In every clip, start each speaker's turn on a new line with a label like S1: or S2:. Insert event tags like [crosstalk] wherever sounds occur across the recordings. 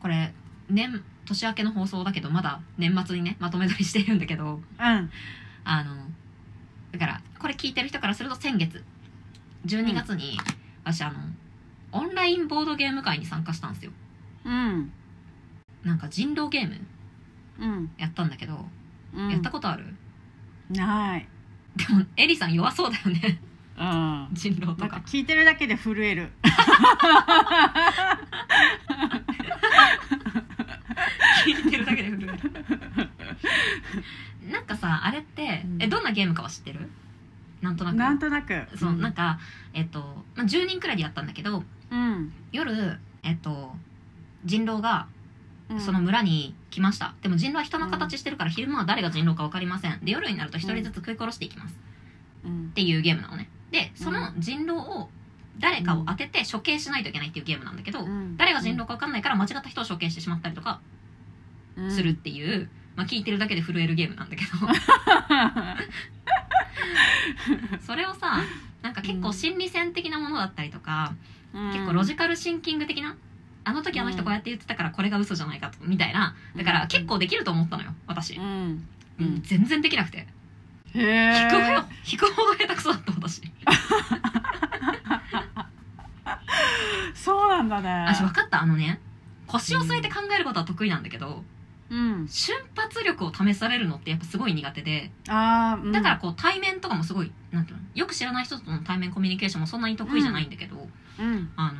S1: これ年年明けの放送だけどまだ年末にねまとめ撮りしてるんだけど
S2: うん
S1: あのだからこれ聞いてる人からすると先月12月に、私あのオンラインボードゲーム会に参加したんですよ
S2: うん
S1: なんか人狼ゲーム
S2: うん
S1: やったんだけど、
S2: うん
S1: やったことある [laughs]
S2: ない
S1: でもエリさん弱そうだよね [laughs]
S2: うんなん
S1: 人狼と
S2: か
S1: か
S2: 聞いてるだけで震える
S1: 聞いてるだけで震える [laughs] なんかさあれって
S2: うん
S1: えどんなゲームかは知ってるなんとなく
S2: なんとなく
S1: そうなん
S2: か
S1: かえっと、まあ、10人くらいでやったんだけど
S2: うん
S1: 夜えっと人狼が
S2: うん
S1: その村に来ました、でも人狼は人の形してるから昼間は誰が人狼か分かりませんで夜になると1人ずつ食い殺していきます、
S2: うん
S1: っていうゲームなのねでその人狼を誰かを当てて処刑しないといけないっていうゲームなんだけど、
S2: うん
S1: 誰が人狼か分かんないから間違った人を処刑してしまったりとか
S2: うん
S1: するっていう、まあ、聞いてるだけで震えるゲームなんだけど
S2: [laughs]
S1: それをさなんか結構心理戦的なものだったりとか、
S2: うん
S1: [laughs] 結構ロジカルシンキング的なあの時あの人こうやって言ってたからこれが嘘じゃないかとみたいなだから結構できると思ったのよ私
S2: う、ん
S1: う
S2: うんん、
S1: 全然できなくて
S2: へ
S1: 引くほど
S2: え
S1: 引くほど下手くそだった私
S2: そうなんだね
S1: 私分かったあのね腰を据えて考えることは得意なんだけど、
S2: うん
S1: 瞬発力を試されるのってやっぱすごい苦手で
S2: ああ
S1: だからこう対面とかもすごいなんていうのよく知らない人との対面コミュニケーションもそんなに得意じゃないんだけど、
S2: うん
S1: あの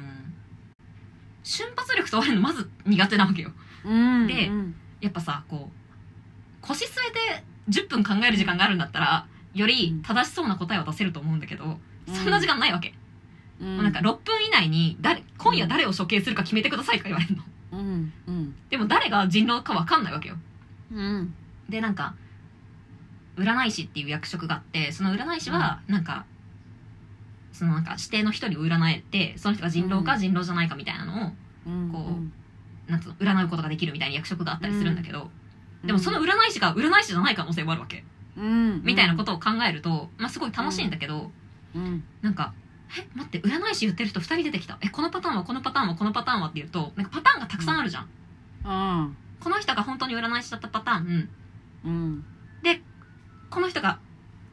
S1: 瞬発力問われるのまず苦手なわけよ
S2: うん
S1: で
S2: うん
S1: やっぱさこう腰据えて10分考える時間があるんだったらより正しそうな答えを出せると思うんだけど、そんな時間ないわけ、
S2: う
S1: もうなんか6分以内に誰今夜誰を処刑するか決めてくださいとか言われるの
S2: うんうん
S1: でも誰が人狼か分かんないわけよ
S2: うん
S1: でなんか占い師っていう役職があってその占い師はなんか、そのなんか指定の一人を占えてその人が人狼か
S2: うん
S1: 人狼じゃないかみたいなのを、
S2: うん
S1: こなんつうの占うことができるみたいな役職があったりするんだけど、
S2: うん
S1: でもその占い師が占い師じゃない可能性もあるわけ、
S2: うん
S1: みたいなことを考えると、まあ、すごい楽しいんだけど、
S2: うん
S1: なんか「え待って占い師言ってる人2人出てきたえこのパターンはこのパターンはこのパターンは」って言うとなんかパターンがたくさんあるじゃん、
S2: うん
S1: この人が本当に占い師だったパターン
S2: うん
S1: この人が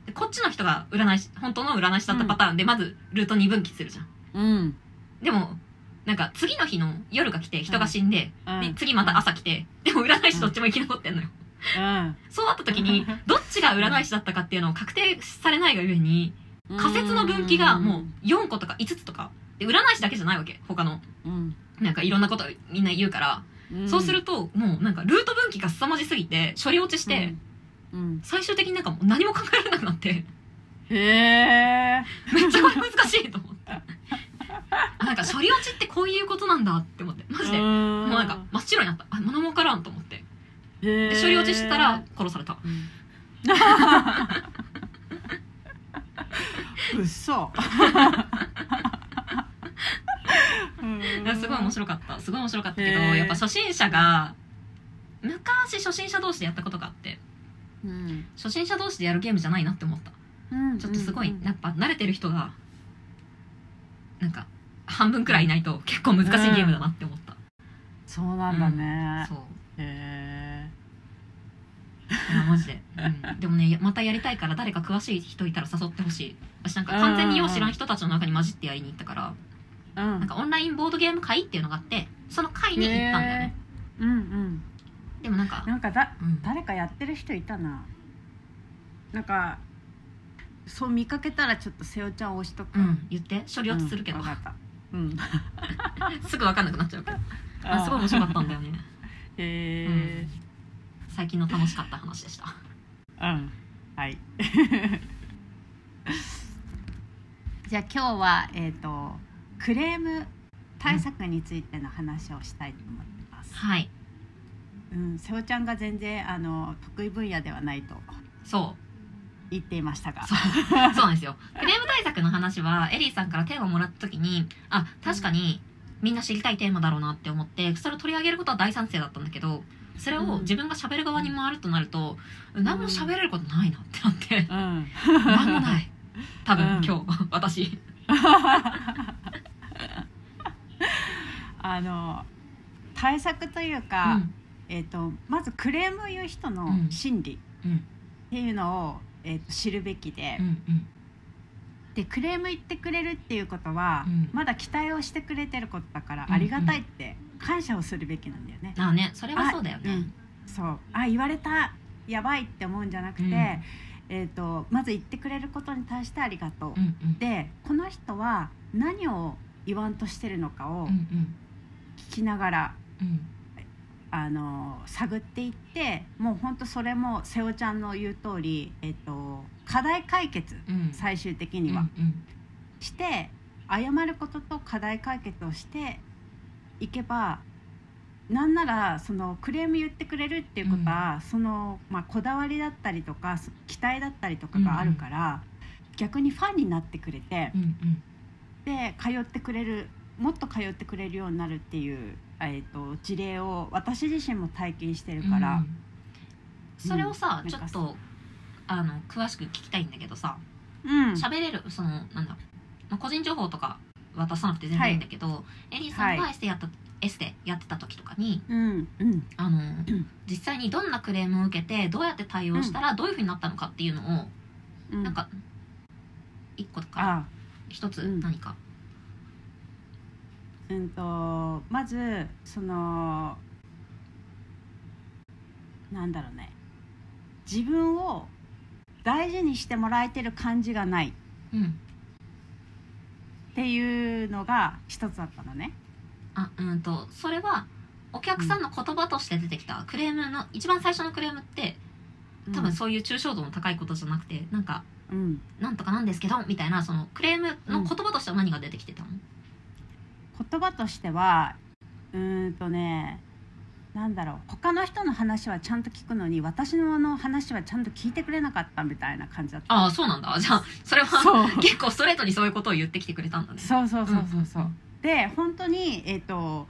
S1: でこっちの人が占い師本当の占い師だったパターンで、まずルート2分岐するじゃん
S2: うん
S1: でもなんか次の日の夜が来て人が死んで,、で次また朝来てでも占い師どっちも生き残ってんのよ、
S2: うん
S1: そうなった時にどっちが占い師だったかっていうのを確定されないがゆえに仮説の分岐がもう4個とか5つとかで占い師だけじゃないわけ他の
S2: うん
S1: なんかいろんなことみんな言うから、
S2: うん
S1: そうするともうなんかルート分岐が凄まじすぎて処理落ちして、
S2: うん
S1: 最終的になんかもう何も考えられなくなって [laughs]
S2: へえ
S1: めっちゃこれ難しいと思ってあなんか処理落ちってこういうことなんだって思ってマジで、もう
S2: な
S1: なんか真っ白になったあ物も分からんと思って
S2: へ
S1: で
S2: え
S1: 処理落ちしてたら殺された
S2: うっそ
S1: いやすごい面白かったすごい面白かったけど、
S2: へー
S1: やっぱ初心者が昔初心者同士でやったことがあって
S2: うん
S1: 初心者同士でやるゲームじゃないなって思った
S2: うん
S1: ちょっとすご
S2: う
S1: い
S2: ん
S1: やっぱ慣れてる人がなんか半分くらいいないと結構難しいゲームだなって思った、
S2: そうなんだね
S1: そう
S2: へ
S1: いやマジで、うん、でもねまたやりたいから誰か詳しい人いたら誘ってほしい私なんか完全によう知らん人たちの中に混じってやりに行ったから
S2: えうん
S1: なんかオンラインボードゲーム会っていうのがあってその会に行ったんだよね
S2: へーうんうん
S1: でもなんか、
S2: なんかだ
S1: うん、
S2: 誰かやってる人いたななんかそう見かけたらちょっと瀬尾ちゃん押しとく、
S1: うん、言って処理落ちするけど、
S2: うん、分かった、うん、
S1: [laughs] すぐ分かんなくなっちゃうけど [laughs] あすごい面白かったんだよね
S2: [laughs] へえ
S1: 最近の楽しかった話でした
S2: うん、はい。 [laughs] じゃあ今日はえっ、とクレーム対策についての話をしたいと思います。
S1: はい
S2: うん、瀬尾ちゃんが全然あの得意分野ではないと
S1: そう
S2: 言っていましたが、
S1: そうなんですよクレーム対策の話はエリーさんからテーマもらった時にあ確かにみんな知りたいテーマだろうなって思ってそれを取り上げることは大賛成だったんだけどそれを自分が喋る側に回るとなると、何も喋れることないなってな
S2: [laughs]
S1: って
S2: うん、。
S1: [laughs] 何もないい多分、
S2: うん
S1: 今日私
S2: あの対策という
S1: う
S2: か、
S1: ん
S2: えー、とまずクレームを言う人の
S1: うん
S2: 心理
S1: うん
S2: っていうのを、えーと知るべきで,、
S1: うんうん
S2: でクレーム言ってくれるっていうことは、
S1: うん
S2: まだ期待をしてくれてることだから
S1: うん
S2: ありがたいって感謝をするべきなんだよね。
S1: ああねそれはそうだよね、
S2: そうあ言われたやばいって思うんじゃなくて、
S1: うん
S2: えー、とまず言ってくれることに対してありがとう。
S1: うんうん
S2: でこの人は何を言わんとしてるのかを
S1: うんうん
S2: 聞きながら、
S1: うん
S2: あの探っていってもう本当それも瀬尾ちゃんの言う通り、えっと、課題解決
S1: うん
S2: 最終的には、
S1: うん
S2: して謝ることと課題解決をしていけばなんならそのクレーム言ってくれるっていうことは、その、まあ、こだわりだったりとかそ期待だったりとかがあるから、逆にファンになってくれて。
S1: うんうん
S2: で通ってくれるもっと通ってくれるようになるっていう、えー、と事例を私自身も体験してるか
S1: う
S2: ら、
S1: んそれをさ、
S2: うん
S1: ちょっとあの詳しく聞きたいんだけどさ
S2: うん
S1: 喋、れるそのなんだ、まあ、個人情報とか渡さなくて全然いいんだけど、エリーさんが
S2: は
S1: エステやった、エステやってた時とかに
S2: うんうん
S1: あの、実際にどんなクレームを受けてどうやって対応したらどういうふうになったのかっていうのを、
S2: うん
S1: なんか一個とか
S2: あ
S1: 一つ
S2: うん
S1: 何か、
S2: うんとまずそのなんだろうね自分を大事にしてもらえてる感じがない
S1: うん
S2: っていうのが一つあったのね。
S1: あうんとそれはお客さんの言葉として出てきた、クレームの一番最初のクレームって多分そういう抽象度の高いことじゃなくてなんか
S2: うん、うん
S1: なんとかなんですけどみたいなそのクレームの言葉としては何が出てきてたの、
S2: 言葉としてはうーんとねなんだろう他の人の話はちゃんと聞くのに私のの話はちゃんと聞いてくれなかったみたいな感じだった
S1: ああそうなんだじゃあそれは
S2: そう
S1: 結構ストレートにそういうことを言ってきてくれたんだね
S2: [laughs] そうそうそうそうそう、
S1: うん
S2: で本当にえっ、と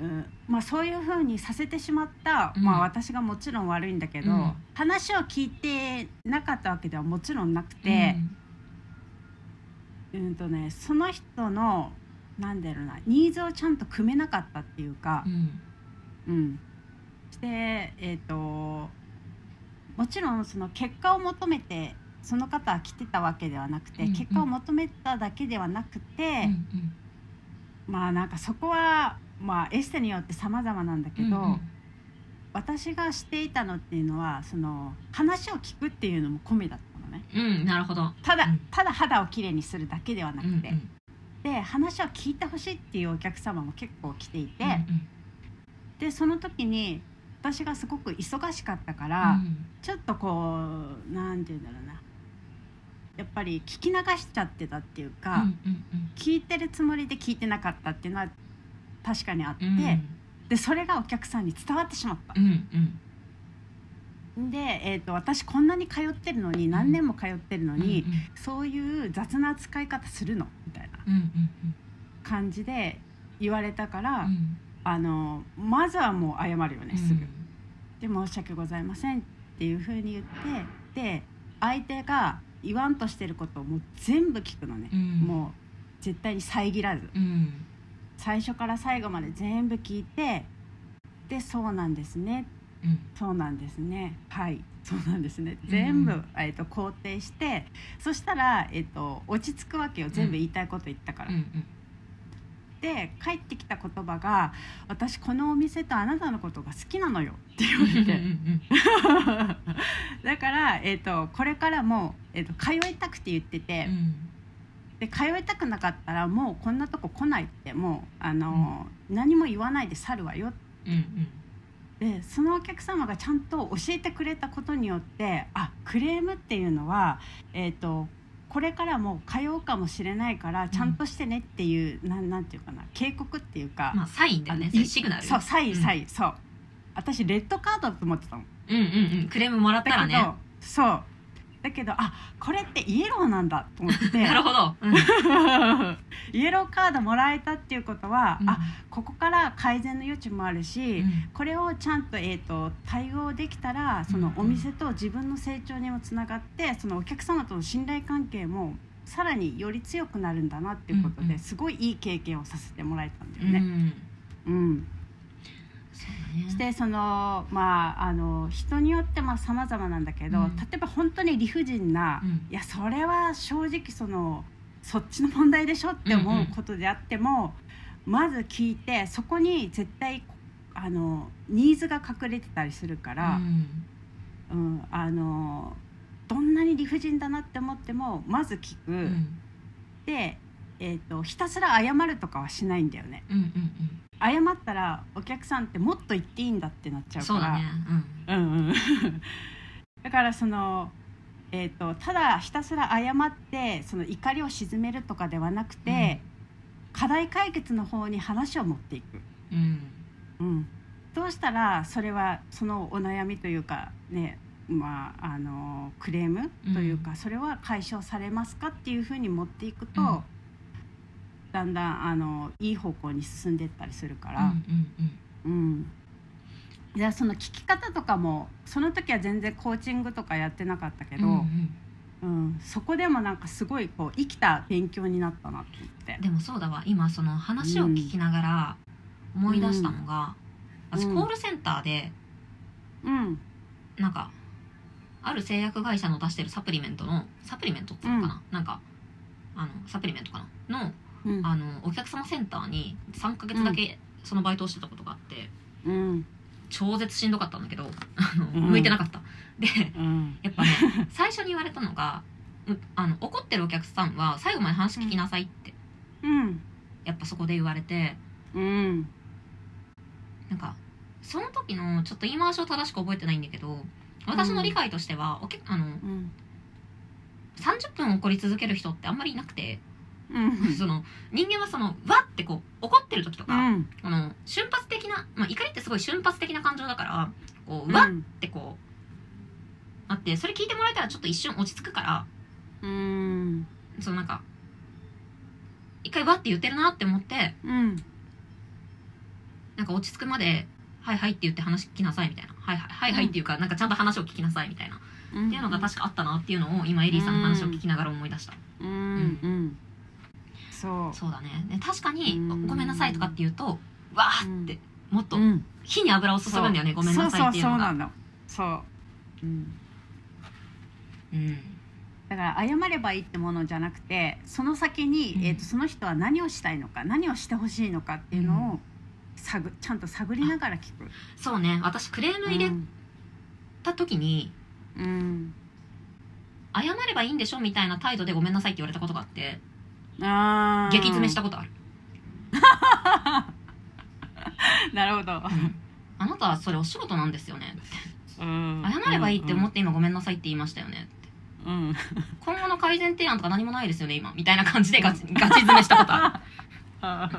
S2: うんまあ、そういうふうにさせてしまった、
S1: うん
S2: まあ、私がもちろん悪いんだけど、
S1: うん
S2: 話を聞いてなかったわけではもちろんなくて、うんとね、その人のなんだろうなニーズをちゃんと組めなかったっていうか、
S1: うんうん
S2: うん、して、えー、ともちろんその結果を求めてその方は来てたわけではなくて、
S1: うんうん
S2: 結果を求めただけではなく
S1: う
S2: て、
S1: んうん
S2: まあなんかそこは、まあ、エステによって様々なんだけど、
S1: うん
S2: 私がしていたのっていうのはその話を聞くっていうのも込みだったのね
S1: うん、うんなるほど
S2: ただ,、
S1: うん
S2: ただ肌をきれいにするだけではな
S1: う
S2: く
S1: んうん
S2: て、で話を聞いてほしいっていうお客様も結構来ていて、
S1: うん
S2: でその時に私がすごく忙しかったか
S1: う
S2: ら。
S1: ん
S2: ちょっとこうなんて言うんだろうなやっぱり聞き流しちゃってたっていう
S1: う
S2: か、
S1: んうん
S2: 聞いてるつもりで聞いてなかったっていうのは確かにあって、
S1: うん
S2: でそれがお客さんに伝わってしまった
S1: う。んうん
S2: で、えー、と私こんなに通ってるのに何年も通ってるのに、そういう雑な扱い方するのみたいな
S1: うんうん
S2: 感じで言われたから、
S1: うん
S2: あのまずはもう謝るよ
S1: うん
S2: ねすぐ。で申し訳ございませんっていうふうに言ってで相手が言わんとしてることをもう全部聞くのね
S1: う、ん
S2: もう絶対に遮らず
S1: うん
S2: 最初から最後まで全部聞いてでそうなんですね
S1: うん
S2: そうなんですねはいそうなんですね全部、
S1: うん
S2: えっと肯定してそしたら、えっと落ち着くわけよ全部言いたいこと言ったから。
S1: うんうん
S2: で返ってきた言葉が「私このお店とあなたのことが好きなのよ」って言われて。 [laughs] だから、えー、とこれからも、えー、と通いたくて言ってて、で通いたくなかったらもうこんなとこ来ないってもう、あのー何も言わないで去るわよでそのお客様がちゃんと教えてくれたことによってあクレームっていうのは、えー、とこれからも通うかもしれないからちゃんとしてねっていう、なんなんていうかな警告っていうか、
S1: まあサインだよね
S2: あのい
S1: シグナル
S2: そうサイン
S1: うん
S2: サイン、そう私レッドカードだと思ってたの。
S1: うんうんうんクレームもらったら
S2: だけど、
S1: ね
S2: そうだけどあこれってイエローなんだと思って
S1: なるほどうん
S2: [laughs] イエローカードもらえたっていうことは、
S1: うん
S2: あここから改善の余地もあるし、
S1: うん
S2: これをちゃんと,、えー、と対応できたらその
S1: うん
S2: お店と自分の成長にもつながってそのお客様との信頼関係もさらにより強くなるんだなっていうことで、
S1: うんうん
S2: すごいいい経験をさせてもらえたんだ
S1: う
S2: よね。
S1: ん
S2: うんしてそのまああの人によってまあ様々なんだけど、
S1: うん
S2: 例えば本当に理不尽な、
S1: うん
S2: いやそれは正直そのそっちの問題でしょって
S1: うんう
S2: 思
S1: ん
S2: うことであっても、まず聞いてそこに絶対あのニーズが隠れてたりするから、うんあのどんなに理不尽だなって思ってもまず聞く、
S1: うんうん
S2: で、えー、とひたすら謝るとかはしないんだよね。
S1: うんうん
S2: 謝ったらお客さんってもっと言っていいんだってなっ
S1: う
S2: ちゃ
S1: ん
S2: うか
S1: そう
S2: ら
S1: だね
S2: うんうん [laughs] だからその、えー、とただひたすら謝ってその怒りを鎮めるとかではなくて、課題解決の方に話を持っていく、
S1: うんうん
S2: うん、どうしたらそれはそのお悩みというかねまあ、あのクレームというか、それは解消されますかっていうふうに持っていくと、
S1: うん
S2: だんだんあのいい方向に進んでいったりするか
S1: う
S2: ら、
S1: んうん
S2: うん、じゃあその聞き方とかもその時は全然コーチングとかやってなかったけど、
S1: う
S2: うん
S1: うんん
S2: そこでもなんかすごいこう生きた勉強になったなと思って。
S1: でもそうだわ今その話を聞きながら思い出したのが、
S2: うん
S1: 私
S2: うん
S1: コールセンターで
S2: うん
S1: なんかある製薬会社の出してるサプリメントのサプリメントっていうのかな、なんかあのサプリメントかなの
S2: うん
S1: あのお客様センターに3ヶ月だけそのバイトをしてたことがあって、
S2: うん
S1: 超絶しんどかったんだけどあの
S2: うん
S1: 向いてなかった、で
S2: うん
S1: やっ
S2: [laughs]
S1: ぱね最初に言われたのがうあの怒ってるお客さんは最後まで話聞きなさいって、
S2: うん
S1: やっぱそこで言われて
S2: うん
S1: なんかその時のちょっと言い回しを正しく覚えてないんだけど私の理解としては、おけあの
S2: うん
S1: 30分怒り続ける人ってあんまりいなくて、
S2: うん
S1: その人間はそのわってこう怒ってる時と
S2: う
S1: か、
S2: ん
S1: この瞬発的な、まあ、怒りってすごい瞬発的な感情だからこう
S2: う
S1: わ
S2: ん
S1: ってこうあってそれ聞いてもらえたらちょっと一瞬落ち着くから
S2: うん
S1: そのなんか一回わって言ってるなって思って
S2: うん
S1: なんか落ち着くまで「はいはい」って言って話聞きなさいみたいな「はいはいはいはい」っていうか、なんかちゃんと話を聞きなさいみたいなっていうのが確かあったなっていうのを今エリーさんの話を聞きながら思い出した、
S2: うんうんそう
S1: そうだねで確かに
S2: う
S1: 「
S2: ん
S1: ごめんなさい」とかって言うと「わー」ってもっと
S2: うん
S1: 火に油を注ぐんだよね「ごめんなさい」っていうのが
S2: そうそうそうなのそう、うん
S1: うん
S2: だから謝ればいいってものじゃなくてその先に、
S1: うん
S2: えー、とその人は何をしたいのか何をしてほしいのかっていうのを探ちゃんと探りながら聞く。
S1: そうね私クレーム入れた時に
S2: うん
S1: 「謝ればいいんでしょ」みたいな態度で「ごめんなさい」って言われたことがあって
S2: うん、あー
S1: 激詰めしたことある
S2: なるほど、
S1: あなたはそれお仕事なんですよね
S2: うん
S1: 謝ればいいって思って今ごめんなさいって言いましたよねって
S2: うん
S1: 今後の改善提案とか何もないですよね今みたいな感じでガ
S2: [laughs]
S1: チガチ詰めしたことある
S2: あ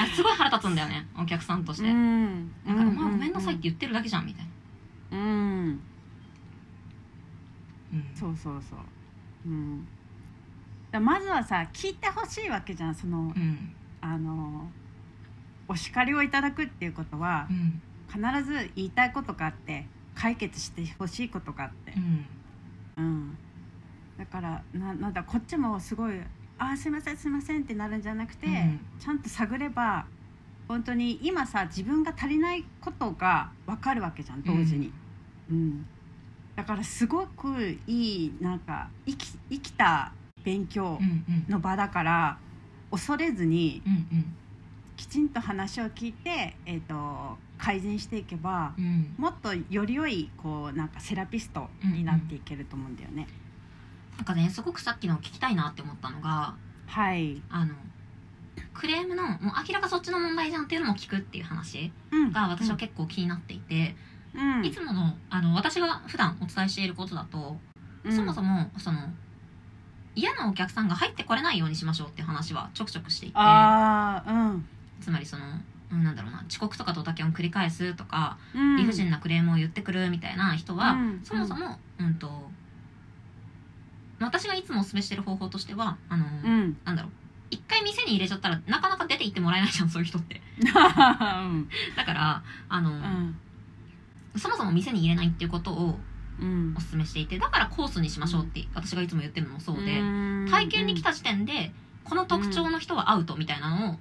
S1: あすごい腹立つんだよねお客さんとして、
S2: ん
S1: なんか「お前ごめんなさい」って言ってるだけじゃんみたいな、
S2: うん、うん、
S1: う
S2: そうそうそう、うん、だからまずはさ聞いてほしいわけじゃんその、
S1: ん
S2: あのお叱りをいただくっていうことは
S1: うん
S2: 必ず言いたいことがあって解決してほしいことがあって
S1: う、ん
S2: うん、だからななんだこっちもすごい「あーすいませんすいません」ってなるんじゃなくて、
S1: うん
S2: ちゃんと探れば本当に今さ自分が足りないことが分かるわけじゃん同時に、うんだからすごくいいなんか生き生きた勉強
S1: うんうん
S2: の場だから恐れずに
S1: うんうん
S2: きちんと話を聞いて、えー、と改善していけば
S1: うん
S2: もっとより良いこうなんかセラピストになっていけると思うんだよね。
S1: なんかねすごくさっきの聞きたいなって思ったのが
S2: はい、
S1: あのクレームのもう明らかそっちの問題じゃんっていうのも聞くっていう話
S2: うん、
S1: が私は結構気になっていて、いつものあの私が普段お伝えしていることだとそもそ
S2: も、
S1: もその嫌なお客さんが入ってこれないようにしましょうっていう話はちょくちょくしていて
S2: ああうん
S1: つまりそのうんなんだろうな遅刻とかドタキャンを繰り返すとか、
S2: うん、
S1: 理不尽なクレームを言ってくるみたいな人は、
S2: うん
S1: そもそも、うん、と私がいつもお勧めしてる方法としてはあの、
S2: うん、
S1: なんだろう一回店に入れちゃったらなかなか出て行ってもらえないじゃんそういう人って [laughs]
S2: うん
S1: だからあの、
S2: うん
S1: そもそも店に入れないっていうことを
S2: うん
S1: お勧めしていてだからコースにしましょうって私がいつも言ってるのもそうで、体験に来た時点でこの特徴の人はアウトみたいなのを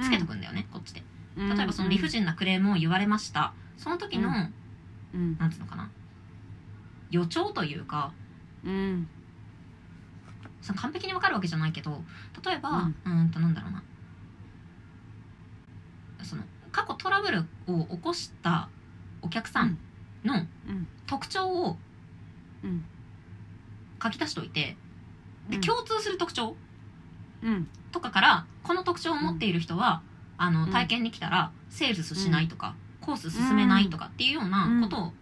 S1: つけとくんだよね、こっちで例えばその理不尽なクレームを言われました、その時の、
S2: うんうん
S1: なんつうのかな予兆というか
S2: うん
S1: その完璧にわかるわけじゃないけど例えば、う
S2: うん
S1: ーん、となんだろうなその過去トラブルを起こしたお客さんの
S2: うん
S1: 特徴を
S2: うん
S1: 書き出しといてで
S2: うん
S1: 共通する特徴
S2: うん
S1: とかからこの特徴を持っている人は、あ
S2: う
S1: の
S2: ん
S1: 体験に来たらセールスしないとか、コース進めないとかっていうようなこと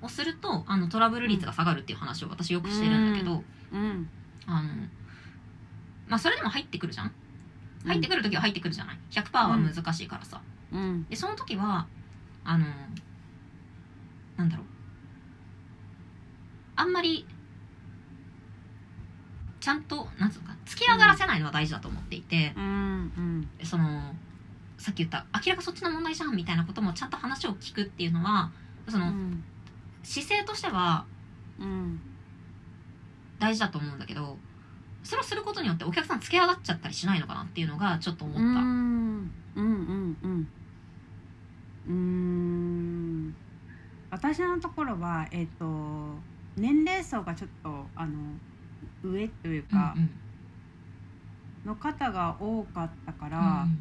S1: を,、するとあのトラブル率が下がるっていう話を私よくしてるんだけど、
S2: うん
S1: あのまあそれでも入ってくるじゃん入ってくる時は入ってくるじゃない100%は難しいからさ、
S2: うん
S1: でその時はあのなんだろうあんまりちゃんとなんつうのか突き上がらせないのは大事だと思っていて、
S2: うんうん
S1: そのさっき言った明らかそっちの問題じゃんみたいなこともちゃんと話を聞くっていうのはその、
S2: うん
S1: 姿勢としては
S2: うん
S1: 大事だと思うんだけどそれをすることによってお客さん突き上がっちゃったりしないのかなっていうのがちょっと思った。
S2: うんうんうんうんうーん私のところはえっ、と年齢層がちょっとあの上というか、
S1: うん
S2: の方が多かったか
S1: う
S2: ら、
S1: ん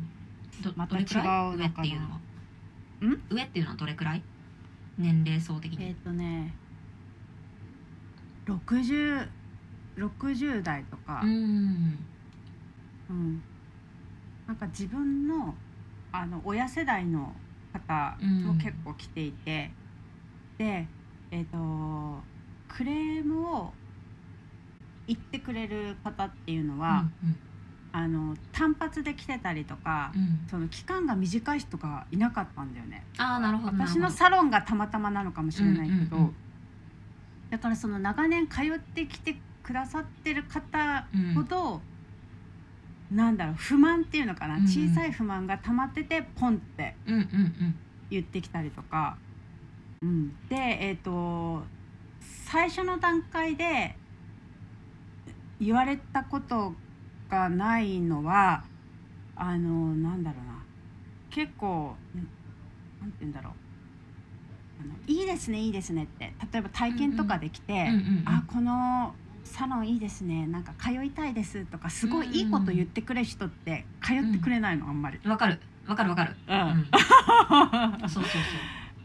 S1: ど
S2: また
S1: どれくらい
S2: 違う
S1: 上っ
S2: のかな
S1: ていうのは上っていうのはどれくらい年齢層的
S2: え
S1: に
S2: っ、とね6060代とか、
S1: うん
S2: うんなんか自分のあの親世代の方も結構来ていて、でえっ、とクレームを言ってくれる方っていうのは、あの単発で来てたりとか
S1: うんう、ん
S2: その期間が短い人がいなかったんだよね。
S1: ああなるほどなる
S2: 私
S1: ほど
S2: のサロンがたまたまなのかもしれないけど、
S1: うんうんうん
S2: だからその長年通ってきてくださってる方
S1: うん
S2: ほど、なんだろう不満っていうのかな、
S1: うんうん
S2: 小さい不満が溜まっててポンって
S1: うんうんうん
S2: 言ってきたりとか、うん、でえっ、と最初の段階で言われたことがないのはあのなんだろうな結構なんて言うんだろうあのいいですねいいですねって例えば体験とかできて、
S1: うんうん
S2: あこのサロンいいですねなんか通いたいですとかすごいいいこと言ってくれる人って通ってくれないのあんまり。
S1: わかるわかるわかる
S2: う
S1: うんんそうそう [laughs] そ
S2: [laughs]
S1: う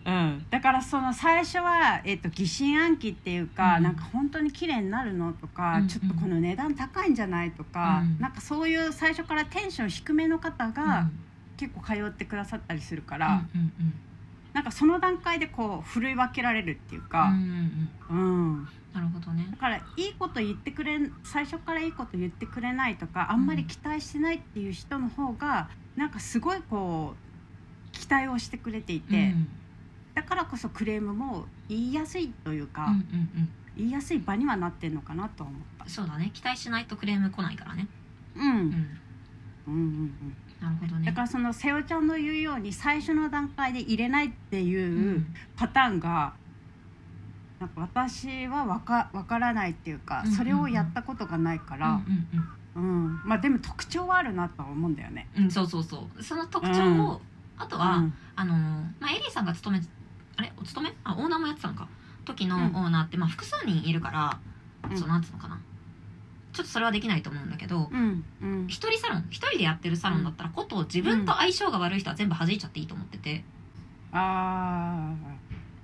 S2: うん、だからその最初は、えっと疑心暗鬼っていうか、
S1: うん
S2: なんか本当に綺麗になるのとか、
S1: うんうん
S2: ちょっとこの値段高いんじゃないとか、
S1: うん
S2: なんかそういう最初からテンション低めの方
S1: うん
S2: が結構通ってくださったりするから、
S1: うんうん
S2: なんかその段階でこう振るい分けられるってい
S1: う
S2: う
S1: んうん
S2: か、
S1: うん
S2: うん
S1: なるほどね
S2: だからいいこと言ってくれん最初からいいこと言ってくれないとかあんまり期待してないっていう人の方が、なんかすごいこう期待をしてくれていて。
S1: うん
S2: だからこそクレームも言いやすいというか、
S1: うんうん
S2: 言いやすい場にはなってんのかなとは思った
S1: うん、そうだね期待しないとクレーム来ないからね
S2: うん
S1: うん
S2: うんうん
S1: なるほど
S2: うん、
S1: ね
S2: だからその瀬尾ちゃんの言うように最初の段階で入れないって
S1: う
S2: いうんパターンが、なんか私はわかわからないっていう
S1: うん
S2: か、
S1: うんうん
S2: それをやったことがないか
S1: うん
S2: ら、
S1: うん
S2: うんまあでも特徴はあるなとは思うんだよね。
S1: うんうんそうそうそうその特徴をあと
S2: う
S1: は
S2: ん
S1: あのーまあ、エリーさんが勤めあれお勤めあオーナーもやってたのか時のオ
S2: うん
S1: ーナーって、まあ、複数人いるから、
S2: うん
S1: そうなんつうのかなちょっとそれはできないと思うんだけど
S2: うんうん
S1: 一、人サロン一人でやってるサロンだったらことを自分と相性が悪い人は全部弾いちゃっていいと思ってて
S2: あ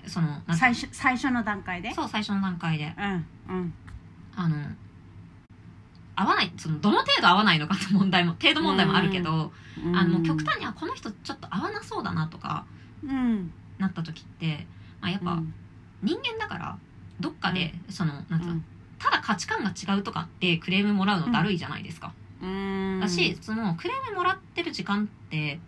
S1: そのなん
S2: あ
S1: つう
S2: 最初最初の段階で
S1: そう最初の段階で
S2: うんうん
S1: あの合わないそのどの程度合わないのかの問題も程度問題もあるけど、
S2: うん
S1: あのもう極端にあこの人ちょっと合わなそうだなとか
S2: うん
S1: なった時って、まあ、やっ
S2: う
S1: ぱ
S2: ん
S1: 人間だからどっかで、そのなんつうのただ価値観が違うとかってクレームもらうのだるいじゃないですか、
S2: うん
S1: だしそのクレームもらってる時間って、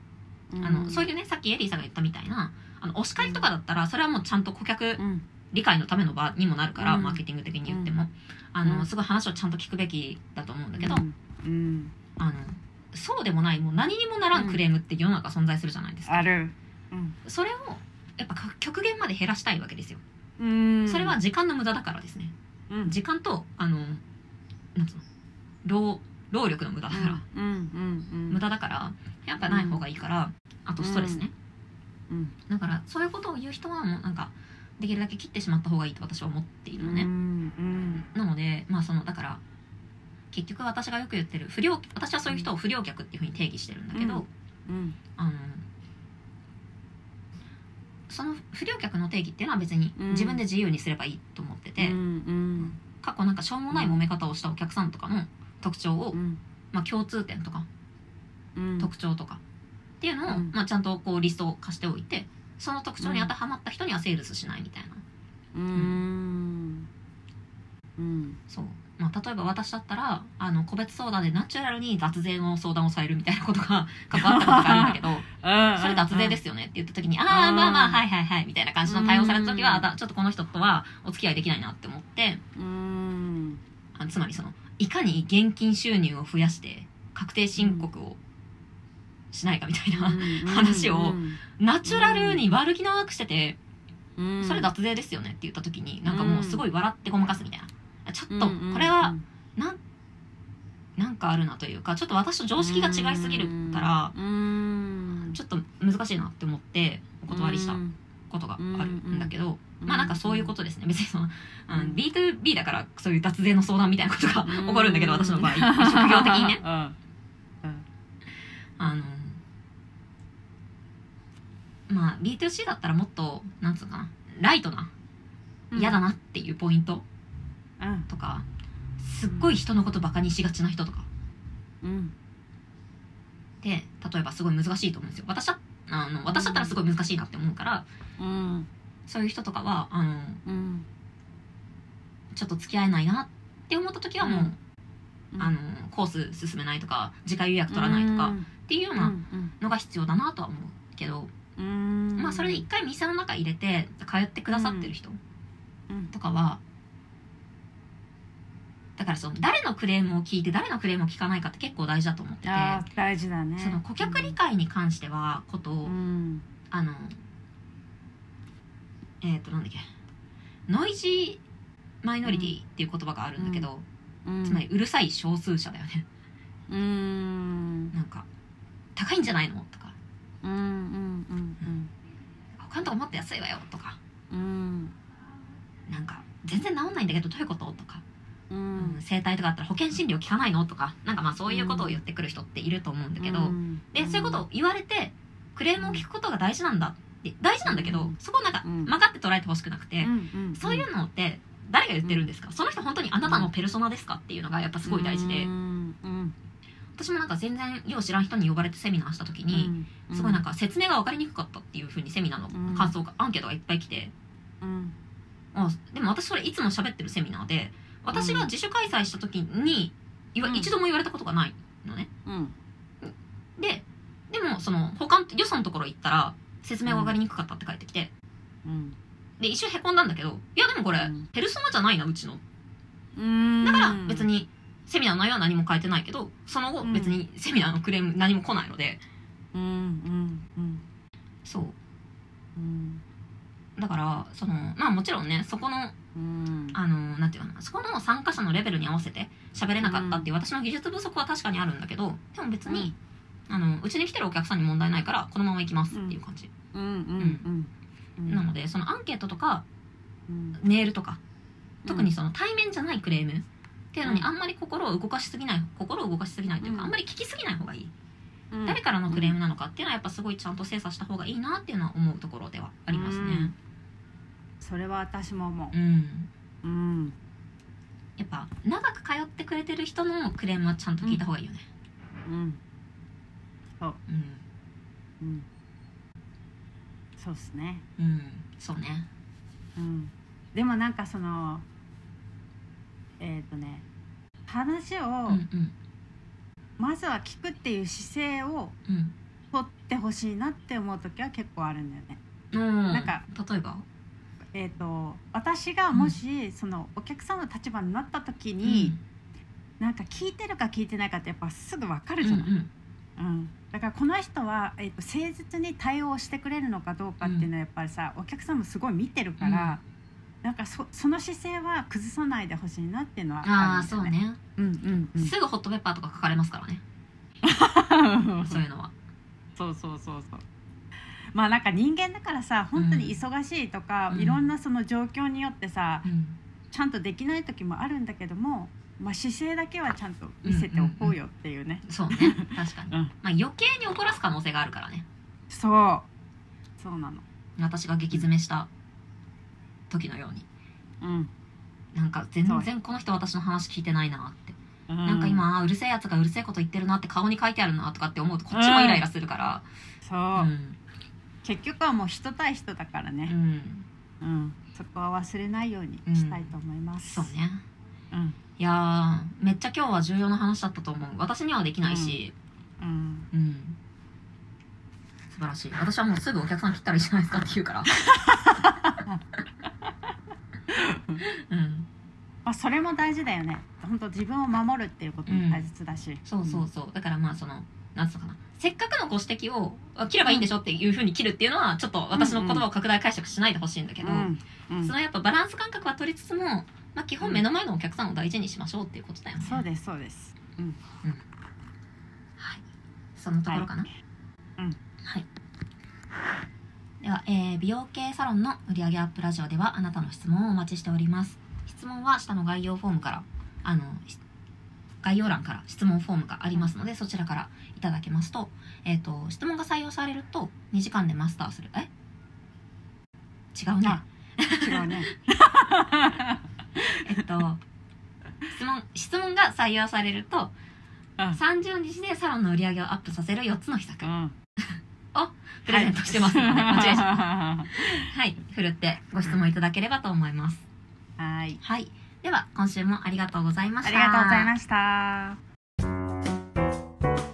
S1: あのそう
S2: い
S1: いうねさっきエリーさんが言ったみたいなあのお叱りとかだったらそれはもうちゃんと顧客
S2: うん、
S1: 理解のための場にもなるから、
S2: うん
S1: マーケティング的に言っても、あの
S2: うん
S1: すごい話をちゃんと聞くべきだと思うんだけど、
S2: うんうん
S1: あのそうでもないもう何にもならんクレームって世の中存在するじゃないですか、
S2: ある、うん
S1: それをやっぱ極限まで減らしたいわけですよ、
S2: うん
S1: それは時間の無駄だからですね
S2: うん
S1: 時間とあのなんつうの労労力の無駄だから、
S2: うんうんうん
S1: 無駄だからやっぱない方がいいから、あとストレスね、
S2: うん
S1: だからそういうことを言う人はもうなんかできるだけ切ってしまった方がいいと私は思っているのね、
S2: うん
S1: なのでまあそのだから結局私がよく言ってる不良私はそういう人を不良客っていうふうに定義してるんだけど、
S2: うんうん
S1: あのその不良客の定義っていうのは別に
S2: うん
S1: 自分で自由にすればいいと思ってて、
S2: うん
S1: 過去なんかしょうもない揉め方をしたお客さんとかの特徴を、
S2: うん
S1: まあ、共通点とか
S2: うん
S1: 特徴とかっていうのを、
S2: うん
S1: まあ、ちゃんとこうリストを貸しておいてその特徴に当てはまった人にはセールスしないみたいな
S2: うんうん
S1: そう、まあ、例えば私だったらあの個別相談でナチュラルに脱税の相談をされるみたいなことが関わったことがあるんだけどそれ脱税ですよねって言った時に「ああまあまあはいはいはい」みたいな感じの対応された時は
S2: うん
S1: あだちょっとこの人とはお付き合いできないなって思って
S2: うん
S1: あつまりそのいかに現金収入を増やして確定申告をしないかみたいな話をナチュラルに悪気なくしてて「それ脱税ですよね」って言った時になんかもうすごい笑ってごまかすみたいな。あちょっとこれはなんなんかあるなというかちょっと私と常識が違いすぎるからち
S2: ち
S1: ょ
S2: ょ
S1: っと難しいなって思ってお断りしたことがあるんだけどまあなんかそういうことですね別にその、うん
S2: うん
S1: B2B だからそういう脱税の相談みたいなことが起こるんだけど私の場合 [laughs] 職業的にねあのまあ B2C だったらもっとなんつうのかなライトな嫌だなっていうポイントとかすっごい人のことバカにしがちな人とかで例えばすごい難しいと思うんですよ私だあの私だったらすごい難しいなって思うからそういう人とかはあのちょっと付き合えないなって思った時はもう、
S2: うん
S1: あのコース進めないとか次回予約取らないとかっていうようなのが必要だなとは思うけど、まあそれで一回店の中入れて通ってくださってる人とかは。だからその誰のクレームを聞いて誰のクレームを聞かないかって結構大事だと思ってて
S2: 大事だね
S1: その顧客理解に関してはことをあのえっ、となんだっけノイジーマイノリティっていう言葉があるんだけど、つまりうるさい少数者だよね [laughs] なんか「高いんじゃないの?」とか「他のとこもっと安いわよ」とか「なんか全然治んないんだけどどういうこと?」とか、うん整体とかあったら保険診療効かないの?」とかなんかまあそういうことを言ってくる人っていると思うんだけど、でそういうことを言われてクレームを聞くことが大事なんだって大事なんだけど、
S2: うん
S1: そこをなんか
S2: うん
S1: 曲がって捉えてほしくなくて。そういうのって誰が言ってるんですか、その人本当にあなたのペルソナですかっていうのがやっぱすごい大事で、私もなんか全然よう知らん人に呼ばれてセミナーした時に、すごいなんか説明が分かりにくかったっていうふうにセミナーの感想が、アンケートがいっぱい来てあでも私それいつも喋ってるセミナーで私が自主開催した時に言わ
S2: うん
S1: 一度も言われたことがないのねででもその他のよそのところ行ったら説明が分かりにくかったって返ってきてで一瞬へこんだんだけどいやでもこれ、
S2: うん
S1: ペルソナじゃないなうちのだから別にセミナーの内容は何も変えてないけどその後
S2: うん
S1: 別にセミナーのクレーム何も来ないので、そうだからそのまあもちろんねそこのあのなんていうかなそこの参加者のレベルに合わせて喋れなかったっていう私の技術不足は確かにあるんだけどでも別に、あのうちに来てるお客さんに問題ないからこのまま行きますっていう感じ、なのでそのアンケートとかメールとか特にその対面じゃないクレームっていうのに
S2: うん
S1: あんまり心を動かしすぎない心を動かしすぎないというか、
S2: うん
S1: あんまり聞きすぎない方がいい誰からのクレームなのかっていうのはやっぱすごいちゃんと精査した方がいいなっていうのは思うところではありますね。
S2: それは私も思
S1: うん、
S2: う。うん、
S1: やっぱ長く通ってくれてる人のクレームはちゃんと聞いた方がいいよね。
S2: うん、
S1: うん、
S2: うん。そうっすね。
S1: うん、そうね。
S2: うん。でもなんかその、えっ、とね、話
S1: う
S2: を
S1: んうん
S2: まずは聞くっていう姿勢を
S1: うん。
S2: 取ってほしいなって思う時は結構あるんだよね。
S1: な
S2: なんか
S1: 例えば、
S2: えっ、と私がもし、そのお客さんの立場になった時に、なんか聞いてるか聞いてないかってやっぱすぐわかる
S1: うん
S2: じ
S1: う
S2: ゃ
S1: ん
S2: ない。うん、だからこの人は、えっと誠実に対応してくれるのかどうかっていうのはやっぱりさ、お客さんもすごい見てるから、なんかそその姿勢は崩さないでほしいなっていうのは
S1: ああ
S2: るんだ
S1: そう
S2: よ
S1: ね、
S2: うんうんうん
S1: すぐホットペッパーとか
S2: [laughs]
S1: 書かれますからね。そういうのは。
S2: そうそうそうそうまあなんか人間だからさ本当に忙しいとか、
S1: うん
S2: いろんなその状況によってさ
S1: うん
S2: ちゃんとできない時もあるんだけども、まあ、姿勢だけはちゃんと見せておこうよっていうね、
S1: そうね確かに、
S2: う
S1: ま
S2: ん
S1: あ、余計に怒らす可能性があるからね
S2: そうそうなの、
S1: 私が激詰めした時のように
S2: うん、
S1: なんか全然この人私の話聞いてないなって
S2: な
S1: なんか今あーうるせえやつがうるせえこと言ってるなって顔に書いてあるなとかって思うとこっちもイライラするから
S2: そう、
S1: うん
S2: 結局はもう人対人だから
S1: う
S2: ね、
S1: ん
S2: うんそこは忘れないようにしたいと思います、
S1: そうね
S2: うん
S1: いやーめっちゃ今日は重要な話だったと思う私にはできないし
S2: うん、
S1: うん、素晴らしい私はもうすぐお客さん切ったらいいじゃないですかって言うから
S2: [laughs]
S1: うん
S2: まあ、それも大事だよね本当自分を守るっていうことも大切だし、
S1: そうそうそうだからまあそのなんつうのかなせっかくのご指摘をあ切ればいいんでしょっていうふうに切るっていうのはちょっと私の言葉を拡大解釈しないでほしいんだけ
S2: う
S1: ど、
S2: んうん
S1: そのやっぱバランス感覚は取りつつも、まあ、基本目の前のお客さんを大事にしましょうっていうことだよね。
S2: そうですそうです
S1: はい、そのところかな。
S2: うん
S1: はい。では、えー美容系サロンの売上アップラジオではあなたの質問をお待ちしております。質問は下の概要フォームから、あの、し概要欄から質問フォームがありますので、そちらからいただけますと、えっ、と、質問が採用されると2時間でマスターする。え違うね
S2: あ。違うね
S1: えっと、質問、質問が採用されると、
S2: うん
S1: 30日でサロンの売り上げをアップさせる4つの秘策、
S2: ん
S1: プレゼントして [laughs] ますので、間違えちゃっ
S2: は
S1: た。はい、ふるってご質問いただければと思います。
S2: [laughs] い
S1: はい。では、今週もありがとうございま
S2: あ
S1: し
S2: り
S1: た。
S2: がとうございました